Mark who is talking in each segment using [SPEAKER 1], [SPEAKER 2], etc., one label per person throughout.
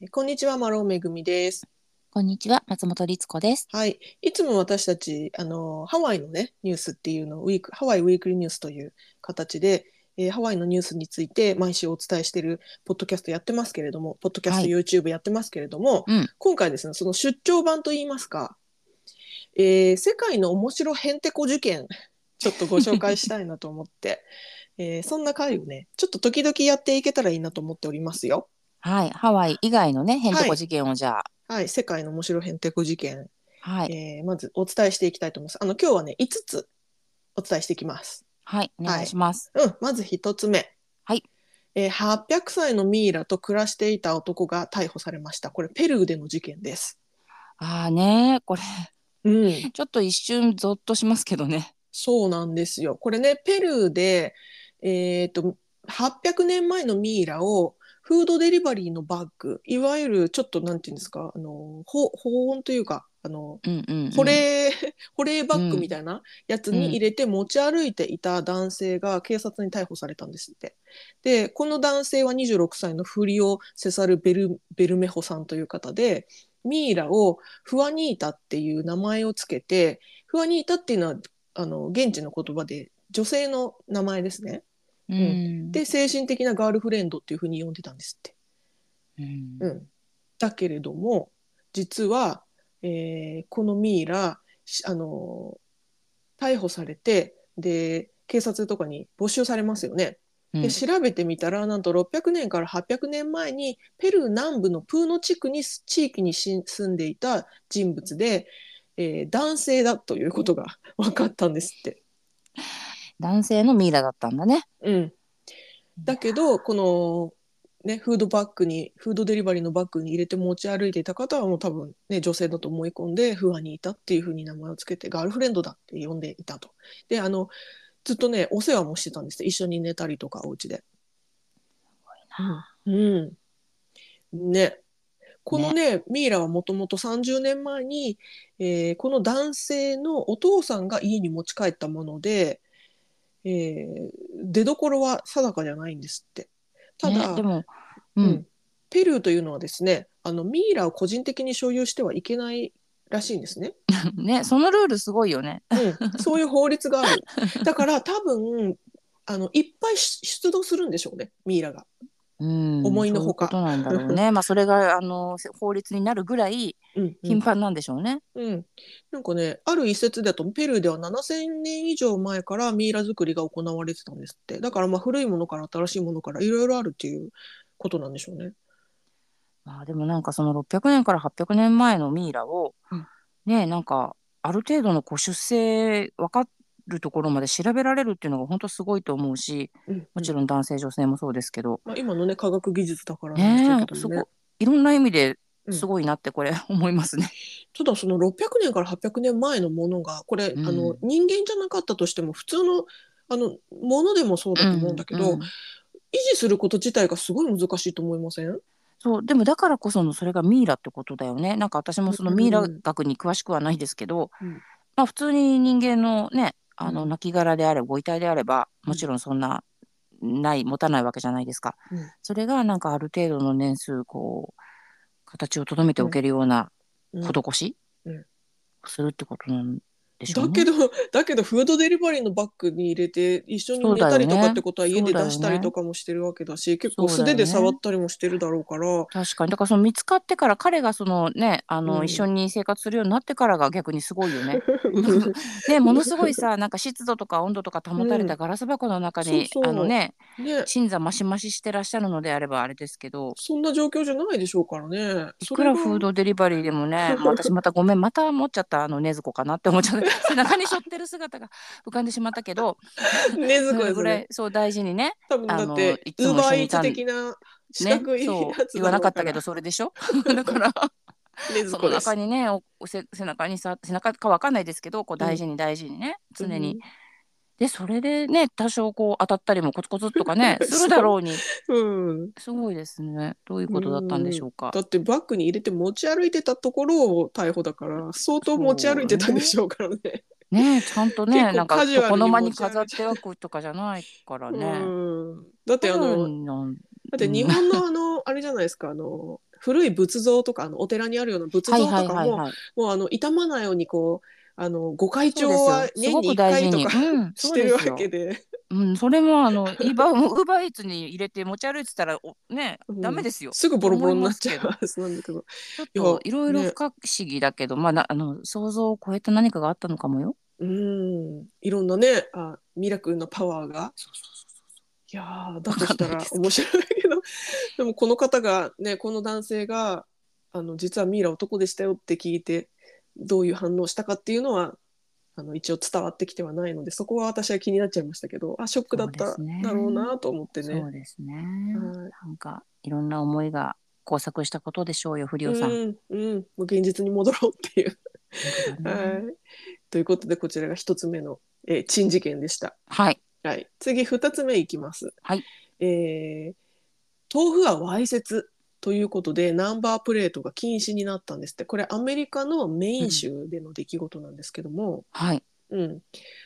[SPEAKER 1] えこんにちは、マロンめぐみです。
[SPEAKER 2] こんにちは、松本律子です。
[SPEAKER 1] はい。いつも私たち、あの、ハワイのね、ニュースっていうのを、ウィーク、ハワイウィークリーニュースという形で、えーハワイのニュースについて毎週お伝えしてるポッドキャストやってますけれども、ポッドキャスト、
[SPEAKER 2] はい
[SPEAKER 1] YouTube やってますけれども、
[SPEAKER 2] うん
[SPEAKER 1] 今回ですね、その出張版といいますか、えー世界の面白へんてこ受験、ちょっとご紹介したいなと思って、 えーそんな回をね、ちょっと時々やっていけたらいいなと思っておりますよ。
[SPEAKER 2] はい、ハワイ以外のね、ヘンテコ事件をじゃあ、
[SPEAKER 1] はい、世界の面白へんてこ事件、
[SPEAKER 2] はい、
[SPEAKER 1] えーまずお伝えしていきたいと思います。あの今日はね5つお伝えしていきます。
[SPEAKER 2] はい、お願いします。
[SPEAKER 1] うん、まず1つ目。
[SPEAKER 2] はい。
[SPEAKER 1] えー800歳のミイラと暮らしていた男が逮捕されました。これペルーでの事件です。
[SPEAKER 2] ああね、これ
[SPEAKER 1] うん、
[SPEAKER 2] ちょっと一瞬ゾッとしますけどね。
[SPEAKER 1] そうなんですよ。これねペルーでえっ、と800年前のミイラをフードデリバリーのバッグ、いわゆるちょっとなんていうんですか、あのほ保温というかあの
[SPEAKER 2] うんうん、うん。
[SPEAKER 1] 保冷、保冷バッグみたいなやつに入れて持ち歩いていた男性が警察に逮捕されたんですって。で、この男性は26歳のフリオ・セサル・ベルベルメホさんという方で、ミイラをフアニータっていう名前をつけて、フアニータっていうのは、あの、現地の言葉で女性の名前ですね。
[SPEAKER 2] うん。
[SPEAKER 1] で、精神的なガールフレンドっていうふうに呼んでたんですって。
[SPEAKER 2] うん、
[SPEAKER 1] うん、だけれども実は、えーこのミイラ、しあのー逮捕されてで警察とかに没収されますよね。
[SPEAKER 2] うん
[SPEAKER 1] で調べてみたらなんと600年から800年前にペルー南部のプーノ地区に地域にし住んでいた人物で、えー男性だということが分かったんですって。
[SPEAKER 2] 男性のミイラだったんだね。
[SPEAKER 1] うん、だけどこの、ね、フードバッグにフードデリバリーのバッグに入れて持ち歩いていた方はもう多分、ね、女性だと思い込んでフアにいたっていうふうに名前をつけてガールフレンドだって呼んでいたと。であのずっとねお世話もしてたんですって一緒に寝たりとかお家で。うん、うんねこのねミイラはもともと30年前に、えーこの男性のお父さんが家に持ち帰ったもので、えー出どころは定かじゃないんですって。ただ、
[SPEAKER 2] ねでも、
[SPEAKER 1] う
[SPEAKER 2] う、
[SPEAKER 1] んん、ペルーというのはですねあのミイラを個人的に所有してはいけないらしいんですね。
[SPEAKER 2] ね、そのルールすごいよね。
[SPEAKER 1] うん、そういう法律がある。だから多分あのいっぱいし出動するんでしょうねミイラが。
[SPEAKER 2] うん、
[SPEAKER 1] 思いのほか
[SPEAKER 2] そういうことなんだろうね。まあそれがあの法律になるぐらい
[SPEAKER 1] うんうん
[SPEAKER 2] 頻繁なんでしょうね。
[SPEAKER 1] うん、なんかねある一説だとペルーでは7,000年以上前からミイラ作りが行われてたんですってだからまあ古いものから新しいものからいろいろあるっていうことなんでしょうね。
[SPEAKER 2] まあでもなんかその600年から800年前のミイラを、
[SPEAKER 1] うん
[SPEAKER 2] ねなんかある程度のこう出生分かるところまで調べられるっていうのが本当すごいと思うし
[SPEAKER 1] うん
[SPEAKER 2] もちろん男性女性もそうですけど、
[SPEAKER 1] まあ、今のね科学技術だからなんでしょう
[SPEAKER 2] ね
[SPEAKER 1] けど
[SPEAKER 2] え
[SPEAKER 1] ね
[SPEAKER 2] そこいろんな意味ですごいなってこれ思いますね。
[SPEAKER 1] ただその600年から800年前のものがこれ、
[SPEAKER 2] うん
[SPEAKER 1] あの人間じゃなかったとしても普通のあのものでもそうだと思うんだけど、
[SPEAKER 2] うん
[SPEAKER 1] 維持すること自体がすごい難しいと思いません
[SPEAKER 2] そうでもだからこそのそれがミイラってことだよねなんか私もそのミイラ学に詳しくはないですけど、
[SPEAKER 1] うん
[SPEAKER 2] まあ普通に人間のねあ
[SPEAKER 1] う
[SPEAKER 2] の
[SPEAKER 1] ん
[SPEAKER 2] 亡骸であればご遺体であれば
[SPEAKER 1] うん
[SPEAKER 2] もちろんそんなない持たないわけじゃないですか、
[SPEAKER 1] うん
[SPEAKER 2] それがなんかある程度の年数こう形をとどめておけるような
[SPEAKER 1] うん
[SPEAKER 2] 施し、
[SPEAKER 1] うん
[SPEAKER 2] をするってことなんでしょう
[SPEAKER 1] だ
[SPEAKER 2] ね。
[SPEAKER 1] けど、 だけどフードデリバリーのバッグに入れて一緒に寝たりとかってことは
[SPEAKER 2] そう
[SPEAKER 1] 家
[SPEAKER 2] だよ
[SPEAKER 1] で
[SPEAKER 2] ね
[SPEAKER 1] 出したりとかもしてるわけだし、結構
[SPEAKER 2] そうだ
[SPEAKER 1] 素
[SPEAKER 2] よね
[SPEAKER 1] 手で触ったりもしてるだろうから、
[SPEAKER 2] 確かにだからその見つかってから彼がそのねあの、
[SPEAKER 1] うん
[SPEAKER 2] 一緒に生活するようになってからが逆にすごいよね。ねものすごいさなんか湿度とか温度とか保たれ
[SPEAKER 1] う
[SPEAKER 2] たガラス箱の中に、
[SPEAKER 1] そうそう
[SPEAKER 2] あのね
[SPEAKER 1] ね、
[SPEAKER 2] 鎮座マシマシしてらっしゃるのであればあれですけど
[SPEAKER 1] そんな状況じゃないでしょうからね。
[SPEAKER 2] い
[SPEAKER 1] そ
[SPEAKER 2] く
[SPEAKER 1] れが
[SPEAKER 2] らフードデリバリーでもねもう私またごめんまた持っちゃったあの禰豆子かなって思っちゃって 背中に背負ってる姿が浮かんでしまったけど
[SPEAKER 1] ねず
[SPEAKER 2] そ
[SPEAKER 1] こ
[SPEAKER 2] れ
[SPEAKER 1] です
[SPEAKER 2] ぐら
[SPEAKER 1] ね。
[SPEAKER 2] いそう大事にね
[SPEAKER 1] 多分だっ
[SPEAKER 2] あの
[SPEAKER 1] て、
[SPEAKER 2] いつ
[SPEAKER 1] ウー
[SPEAKER 2] も
[SPEAKER 1] バー
[SPEAKER 2] 一緒
[SPEAKER 1] イー
[SPEAKER 2] にい
[SPEAKER 1] ツ
[SPEAKER 2] たん
[SPEAKER 1] 的な四
[SPEAKER 2] ね
[SPEAKER 1] 角いやつだろ
[SPEAKER 2] そうう言わなかったけど
[SPEAKER 1] ら、
[SPEAKER 2] それでしょ だから
[SPEAKER 1] ねず
[SPEAKER 2] そ
[SPEAKER 1] こ
[SPEAKER 2] の
[SPEAKER 1] です
[SPEAKER 2] 中。にねおおせ背中にさ背中かわかんないですけどこう大事に大事にね、常に。でそれでね多少こう当たったりもコツコツと かねするだろうに
[SPEAKER 1] うん。うん。
[SPEAKER 2] すごいですねどういうことだったんでしょうか。
[SPEAKER 1] だってバッグに入れて持ち歩いてたところを逮捕だから、相当持ち歩いてたんでしょうからね。
[SPEAKER 2] ねえちゃんと
[SPEAKER 1] 結
[SPEAKER 2] ね
[SPEAKER 1] 構
[SPEAKER 2] なんか
[SPEAKER 1] カジュアルに
[SPEAKER 2] 床の間
[SPEAKER 1] 持
[SPEAKER 2] に
[SPEAKER 1] ち歩いて
[SPEAKER 2] 飾っておくとかじゃないからね。
[SPEAKER 1] うんだってあ
[SPEAKER 2] 多
[SPEAKER 1] の、
[SPEAKER 2] 分なん
[SPEAKER 1] だって日本のあの、あれじゃないですか、あの、古い仏像とか、あの、お寺にあるような仏像
[SPEAKER 2] は
[SPEAKER 1] と
[SPEAKER 2] い
[SPEAKER 1] かも、
[SPEAKER 2] はいはいはい。
[SPEAKER 1] もうあの、傷まないようにこう、あの、ご開
[SPEAKER 2] そ
[SPEAKER 1] 帳
[SPEAKER 2] うですよ
[SPEAKER 1] は
[SPEAKER 2] す
[SPEAKER 1] 年
[SPEAKER 2] ご
[SPEAKER 1] に
[SPEAKER 2] く
[SPEAKER 1] 1
[SPEAKER 2] 大
[SPEAKER 1] 回
[SPEAKER 2] 事
[SPEAKER 1] と
[SPEAKER 2] に。
[SPEAKER 1] か
[SPEAKER 2] うん、
[SPEAKER 1] し
[SPEAKER 2] そう
[SPEAKER 1] て
[SPEAKER 2] で
[SPEAKER 1] るわ
[SPEAKER 2] すよ。
[SPEAKER 1] けで。
[SPEAKER 2] うん、それもあの、イバ、ウーバーイーツに入れて持ち歩いてたら、おね、
[SPEAKER 1] うん
[SPEAKER 2] ダメですよ。
[SPEAKER 1] すぐボロボロになっちゃいます。なんだけど。
[SPEAKER 2] ちょっといろいろ
[SPEAKER 1] ね
[SPEAKER 2] 不可思議だけど、まあなあの想像を超えた何かがあったのかもよ。
[SPEAKER 1] うん。いろんなね、あミラクルのパワーが。いやーだとした
[SPEAKER 2] わかん
[SPEAKER 1] ら
[SPEAKER 2] ないです
[SPEAKER 1] 面白いけど、でもこの方がね、この男性が、あの、実はミイラ男でしたよって聞いて、どういう反応したかっていうのは、あの、一応伝わってきてはないので、そこは私は気になっちゃいましたけど、あ、ショックだった
[SPEAKER 2] そうですね
[SPEAKER 1] だろうなと思ってね。
[SPEAKER 2] そうですね。
[SPEAKER 1] はい
[SPEAKER 2] なんかいろんな思いが交錯したことでしょうよ、不良さん。
[SPEAKER 1] うん、うん、もう現実に戻ろうっていう。
[SPEAKER 2] 本当だね
[SPEAKER 1] はい。ということで、こちらが一つ目の、えー珍事件でした。
[SPEAKER 2] はい。
[SPEAKER 1] はい。次、二つ目いきます。
[SPEAKER 2] はい。
[SPEAKER 1] えー豆腐はわいせつということで、ナンバープレートが禁止になったんですって。これ、アメリカのメイン州での出来事なんですけども、
[SPEAKER 2] はい。
[SPEAKER 1] うん。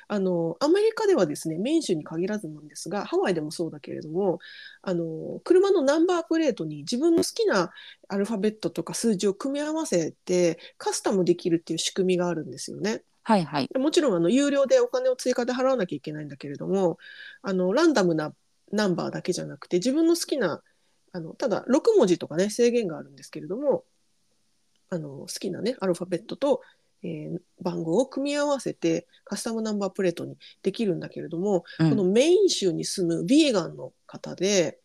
[SPEAKER 1] あの、アメリカではですね、メイン州に限らずなんですが、ハワイでもそうだけれども、あの、車のナンバープレートに自分の好きなアルファベットとか数字を組み合わせて、カスタムできるっていう仕組みがあるんですよね。
[SPEAKER 2] はいはい。
[SPEAKER 1] もちろんあの有料でお金を追加で払わなきゃいけないんだけれどもあのランダムなナンバーだけじゃなくて自分の好きなあのただ6文字とかね制限があるんですけれどもあの好きなねアルファベットと、えー番号を組み合わせてカスタムナンバープレートにできるんだけれども、
[SPEAKER 2] うん
[SPEAKER 1] このメイン州に住むビーガンの方で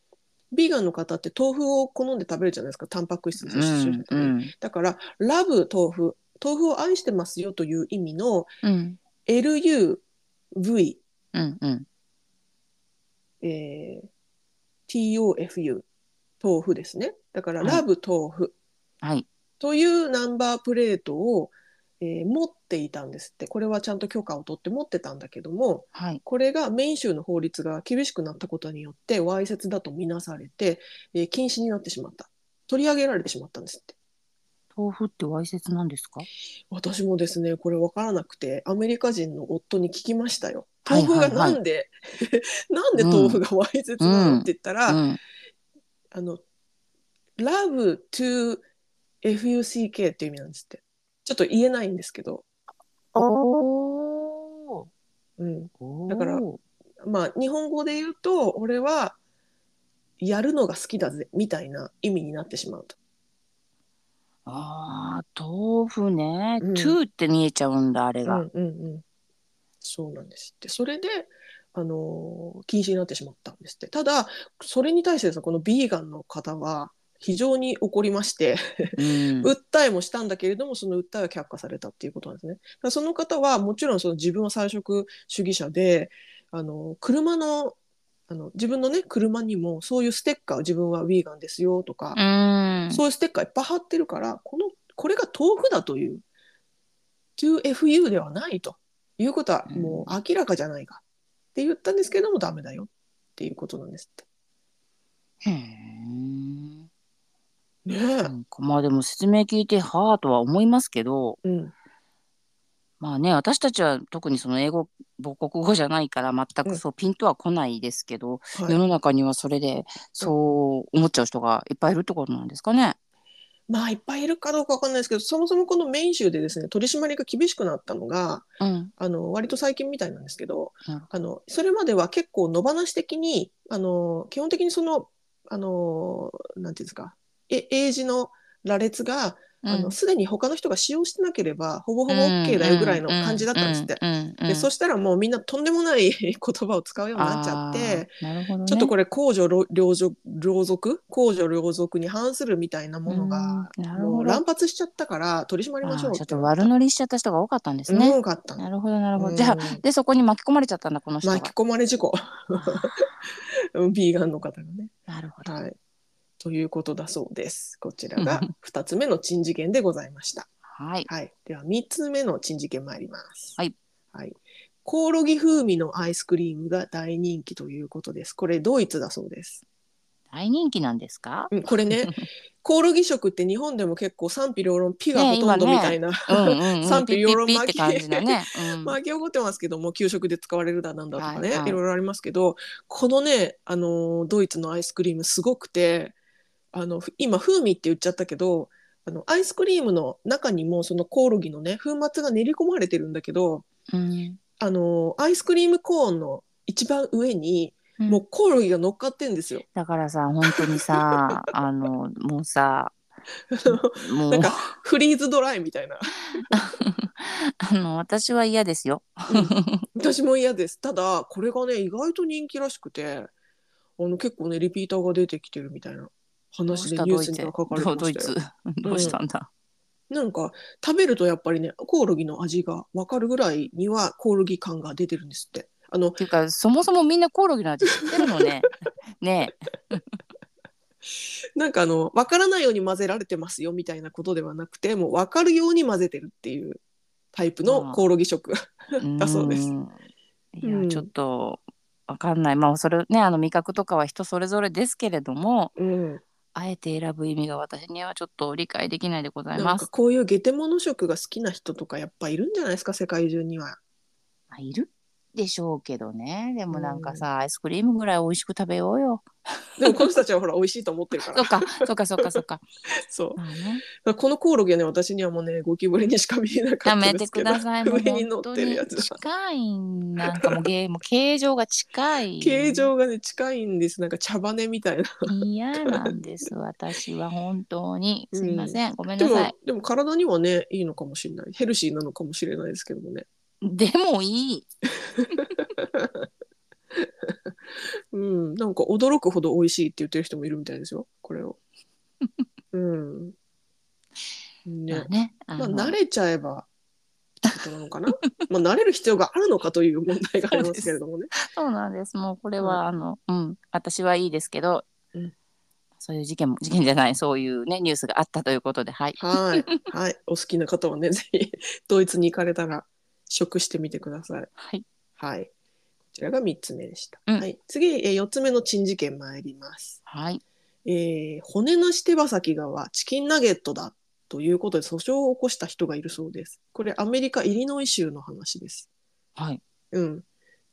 [SPEAKER 1] ビーガンの方って豆腐を好んで食べるじゃないですかタンパク質
[SPEAKER 2] う
[SPEAKER 1] 摂取と
[SPEAKER 2] ん
[SPEAKER 1] か
[SPEAKER 2] う
[SPEAKER 1] ね
[SPEAKER 2] ん
[SPEAKER 1] だから「ラブ豆腐」豆腐を愛してますよという意味の
[SPEAKER 2] うん。
[SPEAKER 1] LUV、
[SPEAKER 2] うんうん。
[SPEAKER 1] えー TOFU 豆腐ですねだから、
[SPEAKER 2] はい
[SPEAKER 1] ラブ豆腐
[SPEAKER 2] はい。
[SPEAKER 1] というナンバープレートを、えー持っていたんですってこれはちゃんと許可を取って持ってたんだけども
[SPEAKER 2] はい。
[SPEAKER 1] これがメイン州の法律が厳しくなったことによってわいせつだとみなされて、えー禁止になってしまった取り上げられてしまったんですって
[SPEAKER 2] 豆腐ってわいせつなんですか？
[SPEAKER 1] 私もですねこれ分からなくてアメリカ人の夫に聞きましたよ
[SPEAKER 2] はい
[SPEAKER 1] 豆
[SPEAKER 2] はい
[SPEAKER 1] 腐
[SPEAKER 2] は
[SPEAKER 1] が
[SPEAKER 2] い
[SPEAKER 1] なんで、 なんで豆腐がわいせつなのって言ったら、
[SPEAKER 2] うん。
[SPEAKER 1] あの、love to fuck っていう意味なんですって。ちょっと言えないんですけど、
[SPEAKER 2] お
[SPEAKER 1] うん。
[SPEAKER 2] お。
[SPEAKER 1] だからまあ、日本語で言うと、俺は、やるのが好きだぜ、みたいな意味になってしまうと。
[SPEAKER 2] ああ、豆腐ね。
[SPEAKER 1] うん
[SPEAKER 2] to って見えちゃうんだあれ
[SPEAKER 1] う
[SPEAKER 2] が。
[SPEAKER 1] んうんうん。そうなんですって。それで、あのー禁止になってしまったんですって。ただ、それに対してですね、このビーガンの方は、非常に怒りまして、
[SPEAKER 2] うん。
[SPEAKER 1] 訴えもしたんだけれどもその訴えは却下されたっていうことなんですね。だからその方はもちろんその自分は菜食主義者であの車のあの自分のね車にもそういうステッカー自分はウィーガンですよとか、
[SPEAKER 2] うん。
[SPEAKER 1] そういうステッカーいっぱい貼ってるからこのこれが豆腐だという 2FU ではないということは
[SPEAKER 2] うん
[SPEAKER 1] もう明らかじゃないかって言ったんですけどもダメだよっていうことなんですって。
[SPEAKER 2] へー
[SPEAKER 1] ね
[SPEAKER 2] な
[SPEAKER 1] え
[SPEAKER 2] んかまあでも説明聞いてはあとは思いますけど
[SPEAKER 1] うん
[SPEAKER 2] まあね私たちは特にその英語母国語じゃないから全くそうピンとは来ないですけど、
[SPEAKER 1] はい
[SPEAKER 2] 世の中にはそれでそう思っちゃう人がいっぱいいるってことなんですかね。
[SPEAKER 1] まあいっぱいいるかどうかわかんないですけどそもそもこのメイン州でですね取り締まりが厳しくなったのが
[SPEAKER 2] うん、
[SPEAKER 1] あの割と最近みたいなんですけど
[SPEAKER 2] なるほ
[SPEAKER 1] あのそれまでは結構野放し的にあの基本的にそのあのなんていうんですかえ英字の羅列が
[SPEAKER 2] ど
[SPEAKER 1] あのすでに他の人が使用してなければほぼほぼ OK だよぐらいの感じだったんですって。でそ
[SPEAKER 2] し
[SPEAKER 1] したらもうみんなとんでもない 言葉を使うようになっちゃって。
[SPEAKER 2] なるほど、ね、
[SPEAKER 1] ちょっとこれ公序良良俗良俗公序良俗に反するみたいなものが
[SPEAKER 2] うんなるほど
[SPEAKER 1] もう乱発しちゃったから取り締まりましょ
[SPEAKER 2] あ
[SPEAKER 1] う
[SPEAKER 2] ー
[SPEAKER 1] っ
[SPEAKER 2] ちょってと
[SPEAKER 1] なった
[SPEAKER 2] 悪乗りしちゃった人が多かったんです
[SPEAKER 1] う
[SPEAKER 2] ね。
[SPEAKER 1] ん多かったの
[SPEAKER 2] なるほどなるほど、
[SPEAKER 1] うん
[SPEAKER 2] じゃあでそこに巻き込まれちゃったんだこの人が。
[SPEAKER 1] 巻き込まれ事故 ビーガンの方がね。
[SPEAKER 2] なるほど。
[SPEAKER 1] はいということだそうです。こちら が2つ目の珍事件でございました。
[SPEAKER 2] はい。
[SPEAKER 1] はい、では3つ目の珍事件参ります。
[SPEAKER 2] はい
[SPEAKER 1] はいコオロギ風味のアイスクリームが大人気ということです。これドイツだそうです。
[SPEAKER 2] 大人気なんで すか
[SPEAKER 1] うんこれ ねコオロギ食って日本でも結構賛否両論ピがほとんどみたいな、
[SPEAKER 2] うんうん、うん、
[SPEAKER 1] 賛否両論
[SPEAKER 2] ピッピッピッって感じのね、う ん
[SPEAKER 1] まあ、起こってますけども給食で使われるだなんだとかね、
[SPEAKER 2] はい
[SPEAKER 1] い
[SPEAKER 2] はい
[SPEAKER 1] ろいろありますけどこのね、あのードイツのアイスクリームすごくてあのふ今風味って言っちゃったけどあのアイスクリームの中にもそのコオロギのね粉末が練り込まれてるんだけど、
[SPEAKER 2] うん
[SPEAKER 1] あのーアイスクリームコーンの一番上に
[SPEAKER 2] うん
[SPEAKER 1] もうコオロギが乗っかってんですよ。
[SPEAKER 2] だからさ本当にさあのもうさもう
[SPEAKER 1] なんかフリーズドライみたいな。
[SPEAKER 2] あの私は嫌ですよ。
[SPEAKER 1] 私も嫌です。ただ、これがね、意外と人気らしくて、あの結構ね、リピーターが出てきてるみたいな
[SPEAKER 2] どう
[SPEAKER 1] 話
[SPEAKER 2] し
[SPEAKER 1] で
[SPEAKER 2] た
[SPEAKER 1] ニュ
[SPEAKER 2] ド
[SPEAKER 1] ー
[SPEAKER 2] イ
[SPEAKER 1] ス
[SPEAKER 2] ツ
[SPEAKER 1] には書かれて
[SPEAKER 2] ど
[SPEAKER 1] ま
[SPEAKER 2] うドイ
[SPEAKER 1] した
[SPEAKER 2] ツ
[SPEAKER 1] よ。
[SPEAKER 2] どうしたんだ、
[SPEAKER 1] なんか、食べるとやっぱりね、コオロギの味がわかるぐらいにはコオロギ感が出てるんですって。あの、
[SPEAKER 2] っていうかそもそもみんなコオロギの味知ってるの ね。ねえ
[SPEAKER 1] なんかあの、わからないように混ぜられてますよみたいなことではなくて、もうわかるように混ぜてるっていうタイプのコオロギ食。だそうです
[SPEAKER 2] んいや、
[SPEAKER 1] うん
[SPEAKER 2] ちょっとわかんないまあそれねあの味覚とかは人それぞれですけれども
[SPEAKER 1] うん。
[SPEAKER 2] あえて選ぶ意味が私にはちょっと理解できないでござい
[SPEAKER 1] な
[SPEAKER 2] ま
[SPEAKER 1] んか
[SPEAKER 2] す。
[SPEAKER 1] こういうゲテモノ食が好きな人とかやっぱいるんじゃないですか、世界中には。
[SPEAKER 2] まあ、いるでしょうけどねでもなんかさ、アイスクリームぐらい美味しく食べようよ。
[SPEAKER 1] でもこの人たちはほら、美味しいと思ってるから
[SPEAKER 2] そっ。かそっかそっか そっか。
[SPEAKER 1] そう。
[SPEAKER 2] まあね
[SPEAKER 1] だからこのコオロギはね、私にはもうね、ゴキブリにしか見えなか
[SPEAKER 2] や
[SPEAKER 1] った
[SPEAKER 2] め
[SPEAKER 1] で
[SPEAKER 2] て
[SPEAKER 1] すけ
[SPEAKER 2] く
[SPEAKER 1] ど、
[SPEAKER 2] ださい。もう
[SPEAKER 1] 上に乗
[SPEAKER 2] 本
[SPEAKER 1] っ
[SPEAKER 2] 当
[SPEAKER 1] てる
[SPEAKER 2] に
[SPEAKER 1] やつだ。
[SPEAKER 2] 近いんなんかもうゲーム形状が近い。
[SPEAKER 1] 形状がね、近いんです。なんか茶羽みたいな。
[SPEAKER 2] 嫌なんです。私は本当に
[SPEAKER 1] うん
[SPEAKER 2] すいません。ごめん
[SPEAKER 1] で
[SPEAKER 2] なさ
[SPEAKER 1] も
[SPEAKER 2] い。、
[SPEAKER 1] でも体にはね、いいのかもしれない。ヘルシーなのかもしれないですけどもね。
[SPEAKER 2] でもいい。
[SPEAKER 1] うん、なんか驚くほど美味しいって言ってる人もいるみたいですよ、こ れを。うん。
[SPEAKER 2] まあ
[SPEAKER 1] ね。
[SPEAKER 2] ね。あ
[SPEAKER 1] まあ、
[SPEAKER 2] の
[SPEAKER 1] 慣れちゃえば、ってことなの かなまあ、慣れる必要があるのかという問題がありますけれどもね。
[SPEAKER 2] そうなんです。もうこれは、あの、うん、私はいいですけど。
[SPEAKER 1] うん
[SPEAKER 2] そういう事件も事件じゃないそういうねニュースがあったということではい
[SPEAKER 1] はい、はい、お好きな方はね、ぜひドイツに行かれたら食してみてください。
[SPEAKER 2] はい
[SPEAKER 1] はい、こちらが三つ目でした。
[SPEAKER 2] うん
[SPEAKER 1] はい、次、えー四つ目の珍事件参ります。
[SPEAKER 2] はい
[SPEAKER 1] えー骨なし手羽先がはチキンナゲットだということで訴訟を起こした人がいるそうです。これアメリカイリノイ州の話です。
[SPEAKER 2] はい
[SPEAKER 1] うん。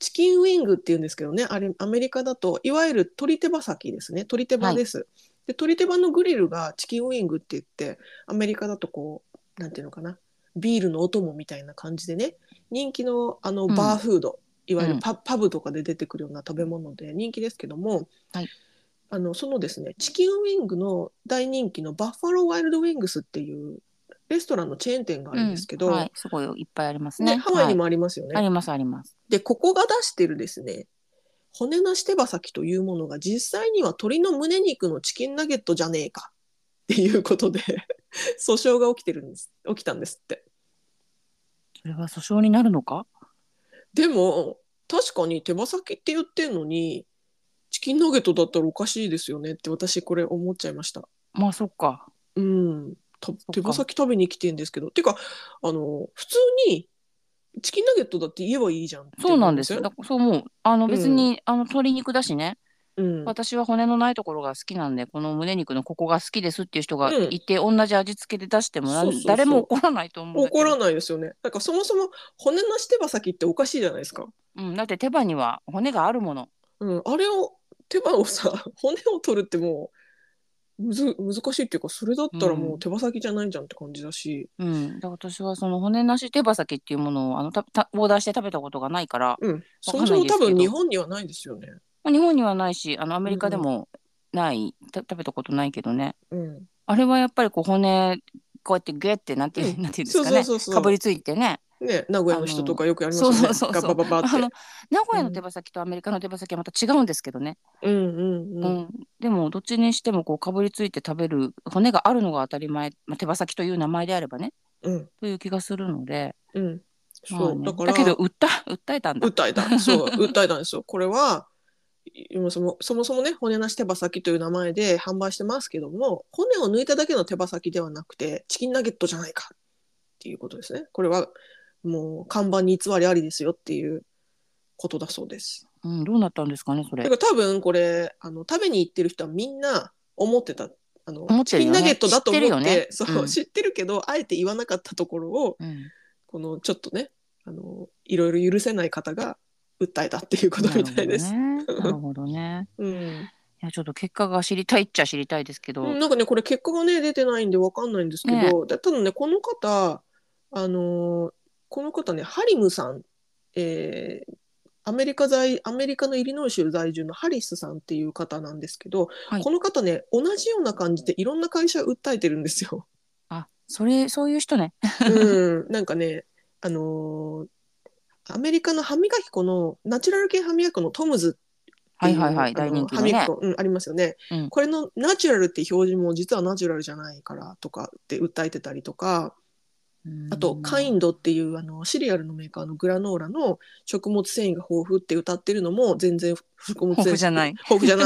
[SPEAKER 1] チキンウィングっていうんですけどね、あれアメリカだといわゆる鶏手羽先ですね、鶏手羽です。で鶏手羽のグリルがチキンウィングって言って、アメリカだとこうなんていうのかな、ビールのお供みたいな感じでね、人気のあの
[SPEAKER 2] うん
[SPEAKER 1] バーフード、いわゆ
[SPEAKER 2] う
[SPEAKER 1] る
[SPEAKER 2] ん
[SPEAKER 1] パ,、パブとかで出てくるような食べ物で人気ですけども、
[SPEAKER 2] はい
[SPEAKER 1] あのそのですね、チキンウィングの大人気のバッファローワイルドウィングスっていうレストランのチェーン店があるんですけど、
[SPEAKER 2] うんはい、すごいいっぱいあります
[SPEAKER 1] ね
[SPEAKER 2] ね
[SPEAKER 1] ハワイに
[SPEAKER 2] は
[SPEAKER 1] もありますよね
[SPEAKER 2] い、あ。りますあります
[SPEAKER 1] でここが出してるですね骨なし手羽先というものが実際には鶏の胸肉のチキンナゲットじゃねえかっていうことで訴訟が起きてるんです起きたんですって
[SPEAKER 2] それは訴訟になるのか
[SPEAKER 1] でも確かに手羽先って言ってんのにチキンナゲットだったらおかしいですよねって私これ思っちゃいました
[SPEAKER 2] まあそっか
[SPEAKER 1] うんた
[SPEAKER 2] か
[SPEAKER 1] 手羽先食べに来てんですけどてかあの普通にチキンナゲットだって言えばいいじゃんって
[SPEAKER 2] そうなんです
[SPEAKER 1] 思
[SPEAKER 2] よ。
[SPEAKER 1] う
[SPEAKER 2] だからそう思う。あの別に、あの鶏肉だしね、
[SPEAKER 1] うん、
[SPEAKER 2] 私は骨のないところが好きなんで、この胸肉のここが好きですっていう人が
[SPEAKER 1] うん
[SPEAKER 2] いて、同じ味付けで出してもな
[SPEAKER 1] そうそうそう
[SPEAKER 2] 誰も怒らないと思うんだけど。
[SPEAKER 1] 怒らないですよね。なんかそもそも骨なし手羽先っておかしいじゃないですか。
[SPEAKER 2] うん、だって手羽には骨があるもの。
[SPEAKER 1] うん、あれを手羽をさ 骨を取るってもうむず難しいっていうかそれだったらもう手羽先じゃないじゃんって感じだし、
[SPEAKER 2] うん、だから私はその骨なし手羽先っていうものをあのたたオーダーして食べたことがないから、
[SPEAKER 1] うん
[SPEAKER 2] わ
[SPEAKER 1] そ
[SPEAKER 2] かん
[SPEAKER 1] も
[SPEAKER 2] な
[SPEAKER 1] そ
[SPEAKER 2] い
[SPEAKER 1] も
[SPEAKER 2] です
[SPEAKER 1] 多
[SPEAKER 2] けど
[SPEAKER 1] 分日本にはないですよね。
[SPEAKER 2] まあ日本にはないし、あのアメリカでもない、た食べたことないけどね。
[SPEAKER 1] うん、
[SPEAKER 2] あれはやっぱりこう骨こうやってグエってなんていう、
[SPEAKER 1] うん
[SPEAKER 2] なんていう
[SPEAKER 1] そ
[SPEAKER 2] んで
[SPEAKER 1] う
[SPEAKER 2] すか
[SPEAKER 1] そう
[SPEAKER 2] ね。
[SPEAKER 1] そうそう。
[SPEAKER 2] かぶりついてね。
[SPEAKER 1] ね名古屋の人とかよくやりますよ
[SPEAKER 2] そ
[SPEAKER 1] ね
[SPEAKER 2] う。そうそう
[SPEAKER 1] ガ
[SPEAKER 2] そう
[SPEAKER 1] バババっ
[SPEAKER 2] あ
[SPEAKER 1] て
[SPEAKER 2] の。名古屋の手羽先とアメリカの手羽先はまた違うんですけどね、
[SPEAKER 1] うんうん
[SPEAKER 2] う
[SPEAKER 1] うんん。
[SPEAKER 2] でもどっちにしてもこうかぶりついて食べる骨があるのが当たり前、まあ、手羽先という名前であればね
[SPEAKER 1] うん
[SPEAKER 2] という気がするので、
[SPEAKER 1] うん。そう、
[SPEAKER 2] まあね
[SPEAKER 1] だから
[SPEAKER 2] けど訴え訴えたんだ。
[SPEAKER 1] 訴えたそう訴えたんですよこれはそもそもそもね骨なし手羽先という名前で販売してますけども骨を抜いただけの手羽先ではなくてチキンナゲットじゃないかっていうことですねこれはもう看板に偽りありですよっていうことだそうです
[SPEAKER 2] うん、どうなったんですかね、そ
[SPEAKER 1] だ
[SPEAKER 2] れ
[SPEAKER 1] か。ら多分これあの食べに行ってる人はみんな思ってたあの
[SPEAKER 2] 思って
[SPEAKER 1] チ
[SPEAKER 2] る
[SPEAKER 1] キン
[SPEAKER 2] よね
[SPEAKER 1] ナゲットだと思って
[SPEAKER 2] 知ってるよね
[SPEAKER 1] そう
[SPEAKER 2] うん
[SPEAKER 1] 知ってるけどあえて言わなかったところを
[SPEAKER 2] うん、
[SPEAKER 1] このちょっとねあのいろいろ許せない方が訴えたっていうことみたいです。
[SPEAKER 2] なるほどね。なるほどね。
[SPEAKER 1] うん
[SPEAKER 2] いや、ちょっと結果が知りたいっちゃ知りたいですけど。
[SPEAKER 1] うん、なんかねこれ結果がね出てないんでわかんないんですけど、だただねこの方あのーこの方ねハリムさん、えーアメリカ在アメリカのイリノイ州在住のハリスさんっていう方なんですけど、
[SPEAKER 2] はい
[SPEAKER 1] この方ね同じような感じでいろんな会社訴えてるんです よ。
[SPEAKER 2] あ、それ、そういう人ね。
[SPEAKER 1] うん、なんかねあのーアメリカの歯磨き粉のナチュラル系歯磨き粉のトムズ
[SPEAKER 2] はいはいは
[SPEAKER 1] っ
[SPEAKER 2] い、
[SPEAKER 1] てう
[SPEAKER 2] 大
[SPEAKER 1] あの
[SPEAKER 2] 人気のね
[SPEAKER 1] 歯磨。き粉うん、ありますよね、
[SPEAKER 2] うん
[SPEAKER 1] これのナチュラルって表示も実はナチュラルじゃないからとかって訴えてたりとか、あとカイ
[SPEAKER 2] ン。
[SPEAKER 1] ンドっていうあのシリアルのメーカーのグラノーラの食物繊維が豊富って歌ってるのも全然食物繊維
[SPEAKER 2] 豊富じゃない
[SPEAKER 1] 豊富じゃ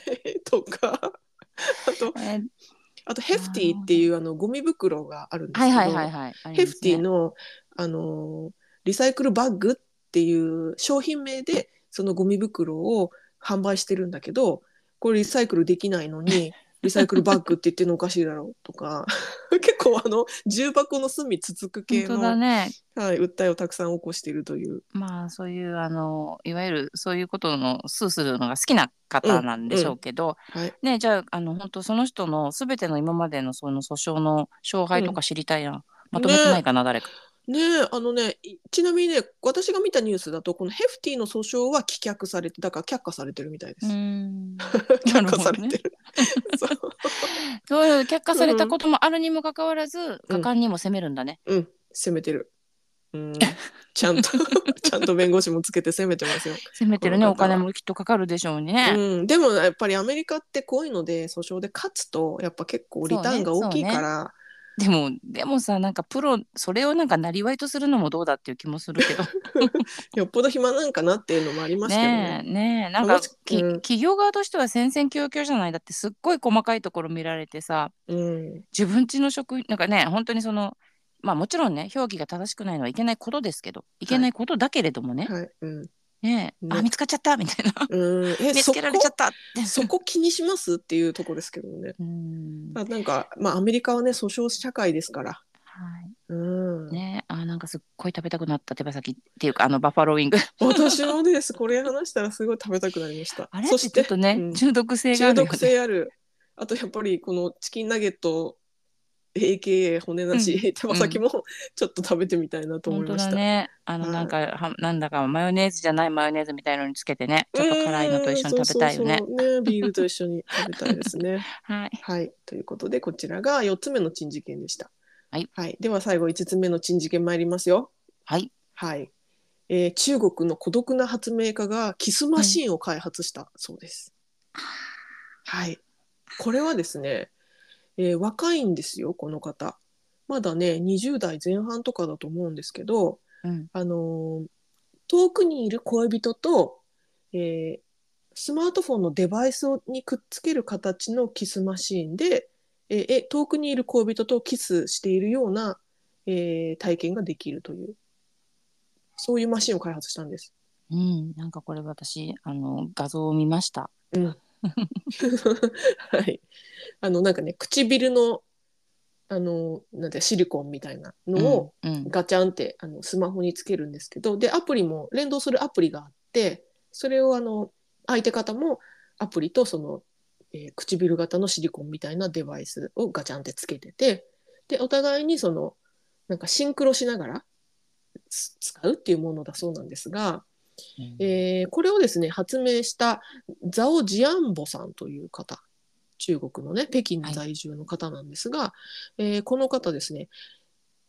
[SPEAKER 1] ないとかあと
[SPEAKER 2] えー
[SPEAKER 1] あとヘフティっていうあのゴミ袋があるんです
[SPEAKER 2] は
[SPEAKER 1] け
[SPEAKER 2] い
[SPEAKER 1] ど、
[SPEAKER 2] はいはいはい。ありますね
[SPEAKER 1] ヘフティ。の、あのーリサイクルバッグっていう商品名でそのゴミ袋を販売してるんだけどこれリサイクルできないの にリサイクルバッグって言ってるのおかしいだろうとか 結構あの重箱の隅つつく系
[SPEAKER 2] 本
[SPEAKER 1] の、
[SPEAKER 2] 当だね。
[SPEAKER 1] はい、訴えをたくさん起こしているという。
[SPEAKER 2] まあ、そういう、あの、いわゆる、そういうことの、スーするのが好きな方なんでしょうけど。
[SPEAKER 1] はい、
[SPEAKER 2] ね、じゃあ、あの、本当、その人の、すべての今までの、その訴訟の勝敗とか知りたいな。まとめてないかな、誰か。
[SPEAKER 1] ねえあのねいちなみにね私が見たニュースだとこのヘフティの訴訟は棄却されてだから却下されてるみたいです。
[SPEAKER 2] うーん。
[SPEAKER 1] 却下されてる。そう
[SPEAKER 2] そういう却下されたこともあるにもかかわらず、果敢にも攻めるんだね。
[SPEAKER 1] うん、攻めてる。うん、 ちゃんとちゃんと弁護士もつけて攻めてますよ。
[SPEAKER 2] 攻めて るね、
[SPEAKER 1] この
[SPEAKER 2] お
[SPEAKER 1] 方は
[SPEAKER 2] 金もきっとかかるでしょうにね。
[SPEAKER 1] うん、でもやっぱりアメリカってこういうので訴訟で勝つとやっぱ結構リターンが大きいから、
[SPEAKER 2] でも、でもさ、なんかプロ、それをなんかなりわいとするのもどうだっていう気もするけど。
[SPEAKER 1] よっぽど暇なんかなっていうのもありますけど
[SPEAKER 2] ね
[SPEAKER 1] ね。
[SPEAKER 2] え、ねえ、なん
[SPEAKER 1] まあ
[SPEAKER 2] か
[SPEAKER 1] もし、
[SPEAKER 2] き
[SPEAKER 1] うん
[SPEAKER 2] 企業側としては戦々恐々じゃない。だってすっごい細かいところ見られてさ、
[SPEAKER 1] うん、
[SPEAKER 2] 自分ちの職員、なんかね、本当にその、まあもちろんね、表記が正しくないのはいけないことですけど、いけないことだけれどもね、
[SPEAKER 1] はい、うん、
[SPEAKER 2] ねえ、
[SPEAKER 1] ね
[SPEAKER 2] あ、見つかっちゃったみたいな。
[SPEAKER 1] うん、え、
[SPEAKER 2] 見つ
[SPEAKER 1] そ
[SPEAKER 2] け
[SPEAKER 1] こ
[SPEAKER 2] られちゃったって。
[SPEAKER 1] そこ気にしますっていうとこですけどね。
[SPEAKER 2] うん。
[SPEAKER 1] あなんかまあアメリカはね訴訟社会ですから。
[SPEAKER 2] はい。
[SPEAKER 1] うん、
[SPEAKER 2] ねあーなんかすっごい食べたくなった手羽先っていうかあのバッファローウィング
[SPEAKER 1] 私もです。これ話したらすごい食べたくなりました。
[SPEAKER 2] あれっ
[SPEAKER 1] そ
[SPEAKER 2] て
[SPEAKER 1] し
[SPEAKER 2] ちょ
[SPEAKER 1] て
[SPEAKER 2] っとね、
[SPEAKER 1] うん
[SPEAKER 2] 中毒性が
[SPEAKER 1] 中
[SPEAKER 2] あるよ、ね、
[SPEAKER 1] 毒性ある。あとやっぱりこのチキンナゲット AKA 骨なし、
[SPEAKER 2] う
[SPEAKER 1] 手羽先もちょっと食べてみたいなと思
[SPEAKER 2] 本
[SPEAKER 1] い
[SPEAKER 2] 当
[SPEAKER 1] まし
[SPEAKER 2] だ
[SPEAKER 1] た。
[SPEAKER 2] ねあの
[SPEAKER 1] はい
[SPEAKER 2] なんか、はなんだかマヨネーズじゃないマヨネーズみたいのにつけてねちょっと辛いのと一緒に食べたいよね
[SPEAKER 1] うんそうそうそうねビールと一緒に食べたいです ね。
[SPEAKER 2] はい
[SPEAKER 1] はい。ということでこちらが4つ目の珍事件でした。
[SPEAKER 2] はい、
[SPEAKER 1] では最後5つ目の珍事件参りますよ。
[SPEAKER 2] はい
[SPEAKER 1] はい。えー中国の孤独な発明家がキスマシンを開発したそうです。はい。これはですね、えー若いんですよ、この方。まだね、20代前半とかだと思うんですけど、
[SPEAKER 2] うん
[SPEAKER 1] あのー遠くにいる恋人と、えースマートフォンのデバイスをにくっつける形のキスマシーンで、えーえ遠くにいる恋人とキスしているような、えー体験ができるというそういうマシンを開発したんです。
[SPEAKER 2] うん、なんかこれ私あの画像を見ました
[SPEAKER 1] うん、はい、あのなんかね唇のあのなんてシリコンみたいなのを
[SPEAKER 2] うんうん
[SPEAKER 1] ガチャンってあのスマホにつけるんですけどでアプリも連動するアプリがあってそれをあの相手方もアプリとその、えー唇型のシリコンみたいなデバイスをガチャンってつけててでお互いにそのなんかシンクロしながらつ使うっていうものだそうなんですが、えーこれをですね発明したザオ・ジアンボさんという方中国のね北京在住の方なんですが、えーこの方ですね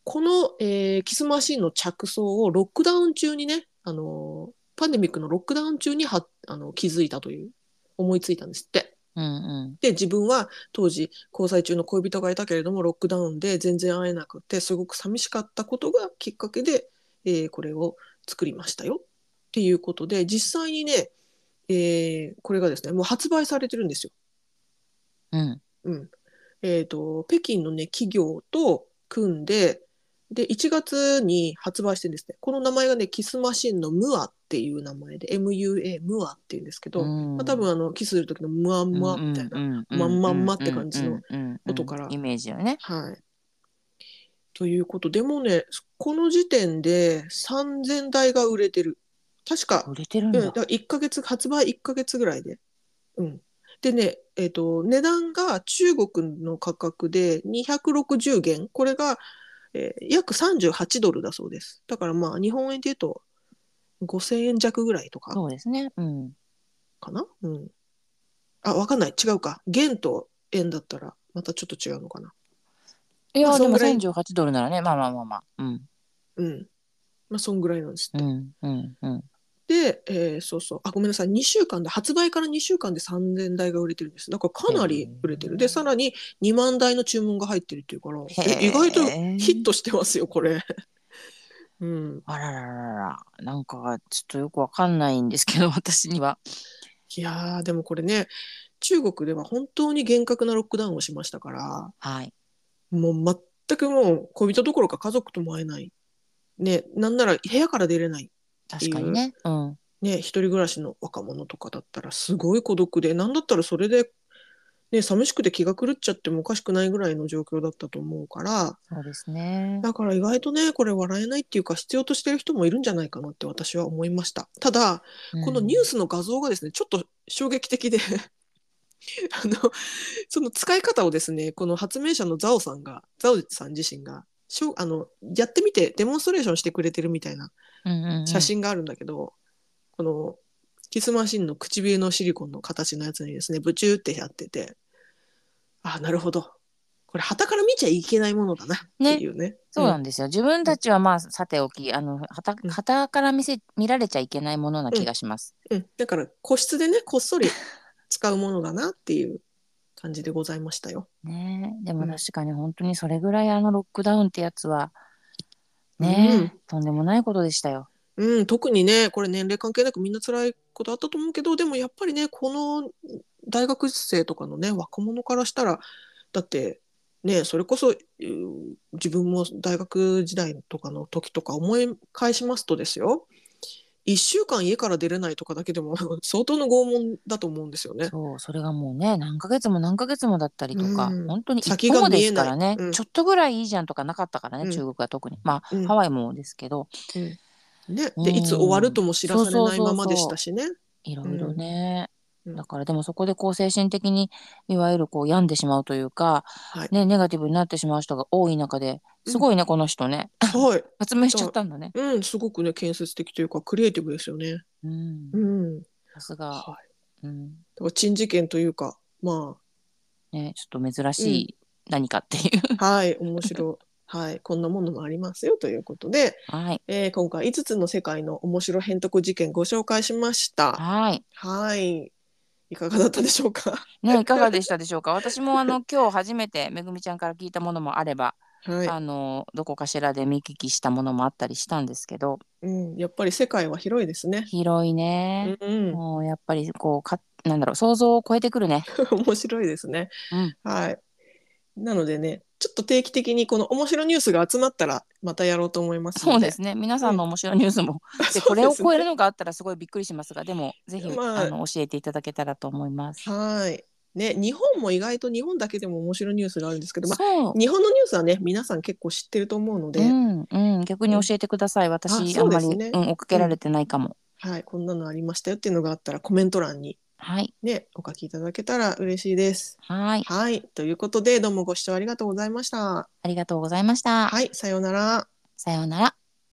[SPEAKER 1] この、えーキスマシーンの着想をロックダウン中にね、あのーパンデミックのロックダウン中にはあの気づいたという思いついたんですって。
[SPEAKER 2] うんうん
[SPEAKER 1] で自分は当時交際中の恋人がいたけれどもロックダウンで全然会えなくてすごく寂しかったことがきっかけで、えーこれを作りましたよっていうことで実際にね、えーこれがですねもう発売されてるんですよ。
[SPEAKER 2] うん
[SPEAKER 1] うんえー、と北京の、ね、企業と組んで、で、1月に発売してるんですね。この名前がね、キスマシンのムアっていう名前で、MUA、ムアっていうんですけど、
[SPEAKER 2] うん
[SPEAKER 1] まあ、多分あの、キスする時のムアムアみたいな。
[SPEAKER 2] な
[SPEAKER 1] まんまんまって感じの音から
[SPEAKER 2] イメージよね。
[SPEAKER 1] はい。ということでもね、この時点で3000台が売れてる。確か
[SPEAKER 2] 売れてるん
[SPEAKER 1] う
[SPEAKER 2] だ。
[SPEAKER 1] ん、だから1ヶ月発売1ヶ月ぐらいで。うん、でね、えっと値段が中国の価格で260元これが、えー約38ドルだそうですだからまあ日本円で言うと5000円弱ぐらいとか
[SPEAKER 2] そうですね。うん。
[SPEAKER 1] かなうんあわかんない違うか元と円だったらまたちょっと違うのかない
[SPEAKER 2] や
[SPEAKER 1] まあ
[SPEAKER 2] ーで
[SPEAKER 1] そん
[SPEAKER 2] も
[SPEAKER 1] ぐらい
[SPEAKER 2] 三十八ドルならね、まあまあまあまあ。うん
[SPEAKER 1] うんまあそんぐらいなんですっ
[SPEAKER 2] う
[SPEAKER 1] て、
[SPEAKER 2] んうんうん。
[SPEAKER 1] で、えーそうそうあごめんなさい2週間で発売から2週間で3000台が売れてるんですだからかなり売れて
[SPEAKER 2] へ
[SPEAKER 1] る
[SPEAKER 2] ー
[SPEAKER 1] でさらに2万台の注文が入ってるっていうからえ
[SPEAKER 2] へー
[SPEAKER 1] 意外とヒットしてますよこれ うん
[SPEAKER 2] あららららら、なんかちょっとよくわかんないんですけど、 私には。
[SPEAKER 1] いやーでもこれね中国では本当に厳格なロックダウンをしましたから
[SPEAKER 2] はい。
[SPEAKER 1] もう全くもう恋人どころか家族とも会えないねなんなら部屋から出れない
[SPEAKER 2] 確かにね。うん。
[SPEAKER 1] ね、一人暮らしの若者とかだったらすごい孤独で何だったらそれで、ね、寂しくて気が狂っちゃってもおかしくないぐらいの状況だったと思うから
[SPEAKER 2] そうですね。
[SPEAKER 1] だから意外とねこれ笑えないっていうか必要としてる人もいるんじゃないかなって私は思いましたただこのニュー
[SPEAKER 2] ス。
[SPEAKER 1] スの画像がですねちょっと衝撃的で あのその使い方をですねこの発明者のザオさんがザオさん自身がしょあのやってみてデモンストレーションしてくれてるみたいな
[SPEAKER 2] うんうんうん
[SPEAKER 1] 写。真があるんだけど、このキスマシンの唇のシリコンの形のやつにですねブチューってやっててあなるほどこれ旗から見ちゃいけないものだなっていうね
[SPEAKER 2] そうなんですよ。自分たちはまあさておき、あのはた
[SPEAKER 1] うん
[SPEAKER 2] 旗から見せ見られちゃいけないものな気がします。
[SPEAKER 1] うんうんだから個室でねこっそり使うものだなっていう感じでございましたよ。
[SPEAKER 2] ねえでも
[SPEAKER 1] うん
[SPEAKER 2] 確かに本当にそれぐらいあのロックダウンってやつはねえ、
[SPEAKER 1] うん
[SPEAKER 2] とんでもないことでしたよ。
[SPEAKER 1] うん、特にねこれ年齢関係なくみんな辛いことあったと思うけどでもやっぱりねこの大学生とかのね若者からしたらだってねそれこそうん自分も大学時代とかの時とか思い返しますとですよ1週間家から出れないとかだけでも 相当の拷問だと思うんですよね。
[SPEAKER 2] そうそれがもうね何ヶ月も何ヶ月もだったりとか、
[SPEAKER 1] うん
[SPEAKER 2] 本当に
[SPEAKER 1] 先
[SPEAKER 2] 一
[SPEAKER 1] が
[SPEAKER 2] 歩もですから
[SPEAKER 1] 見えな
[SPEAKER 2] ね
[SPEAKER 1] い、うん
[SPEAKER 2] ちょっとぐらいいいじゃんとかなかったからね、
[SPEAKER 1] うん
[SPEAKER 2] 中国は特にまあ、
[SPEAKER 1] うん
[SPEAKER 2] ハワイもですけど
[SPEAKER 1] ね、
[SPEAKER 2] うん
[SPEAKER 1] でいつ終わるとも知らされ
[SPEAKER 2] そう
[SPEAKER 1] な
[SPEAKER 2] そう
[SPEAKER 1] い
[SPEAKER 2] そうそ
[SPEAKER 1] まま
[SPEAKER 2] う
[SPEAKER 1] でしたしね。
[SPEAKER 2] いろいろね、
[SPEAKER 1] うん
[SPEAKER 2] だからでもそこでこう精神的にいわゆるこう病んでしまうというか、
[SPEAKER 1] はい
[SPEAKER 2] ね、ネガティブになってしまう人が多い中ですごいね、この人ね
[SPEAKER 1] はい、
[SPEAKER 2] 発明しちゃったんだね。
[SPEAKER 1] うん、すごくね建設的というかクリエイティブですよね。
[SPEAKER 2] うん
[SPEAKER 1] うん、
[SPEAKER 2] さすが、
[SPEAKER 1] はい
[SPEAKER 2] うん
[SPEAKER 1] だから珍事件というかま
[SPEAKER 2] ね、ちょっと珍しい何かっていう。
[SPEAKER 1] あはい面白い。はい、こんなものもありますよということで、
[SPEAKER 2] はい
[SPEAKER 1] えー今回5つの世界の面白変徳事件ご紹介しました。
[SPEAKER 2] はい
[SPEAKER 1] はい、いかがだったでしょうか。
[SPEAKER 2] ね、いかがでしたでしょ うか私もあの今日初めてめぐみちゃんから聞いたものもあれば、
[SPEAKER 1] は
[SPEAKER 2] あのどこかしらで見聞きしたものもあったりしたんですけど
[SPEAKER 1] い、うん、やっぱり世界は広いですね。
[SPEAKER 2] 広いね、
[SPEAKER 1] うん、
[SPEAKER 2] もうやっぱりこうかなんだろう想像を超えてくるね。
[SPEAKER 1] 面白いですね。
[SPEAKER 2] うん
[SPEAKER 1] はい。なのでね、ちょっと定期的にこの面白ニュースが集まったらまたやろうと思いますの
[SPEAKER 2] そうですね皆さんの面白いニュース も、でこれを超え るのがあったらすごいびっくりしますがでもぜひ、
[SPEAKER 1] まあ
[SPEAKER 2] あ、の教えていただけたらと思います。
[SPEAKER 1] はい。ね、日本も意外と日本だけでも面白いニュースがあるんですけど、まあ、
[SPEAKER 2] そう
[SPEAKER 1] 日本のニュースはね、皆さん結構知ってると思うので、
[SPEAKER 2] うんうん、逆に教えてください、
[SPEAKER 1] あ
[SPEAKER 2] 私あ,、
[SPEAKER 1] そうん
[SPEAKER 2] ま
[SPEAKER 1] で
[SPEAKER 2] り、
[SPEAKER 1] す
[SPEAKER 2] う
[SPEAKER 1] ね
[SPEAKER 2] ん、追っかけられてないかも。
[SPEAKER 1] はい、こんなのありましたよっていうのがあったらコメント欄に
[SPEAKER 2] はい
[SPEAKER 1] ね、お書きいただけたら嬉しいです。
[SPEAKER 2] はい
[SPEAKER 1] はい、ということで、どうもご視聴ありがとうございました。
[SPEAKER 2] ありがとうございました。
[SPEAKER 1] はい、さようなら。
[SPEAKER 2] さようなら。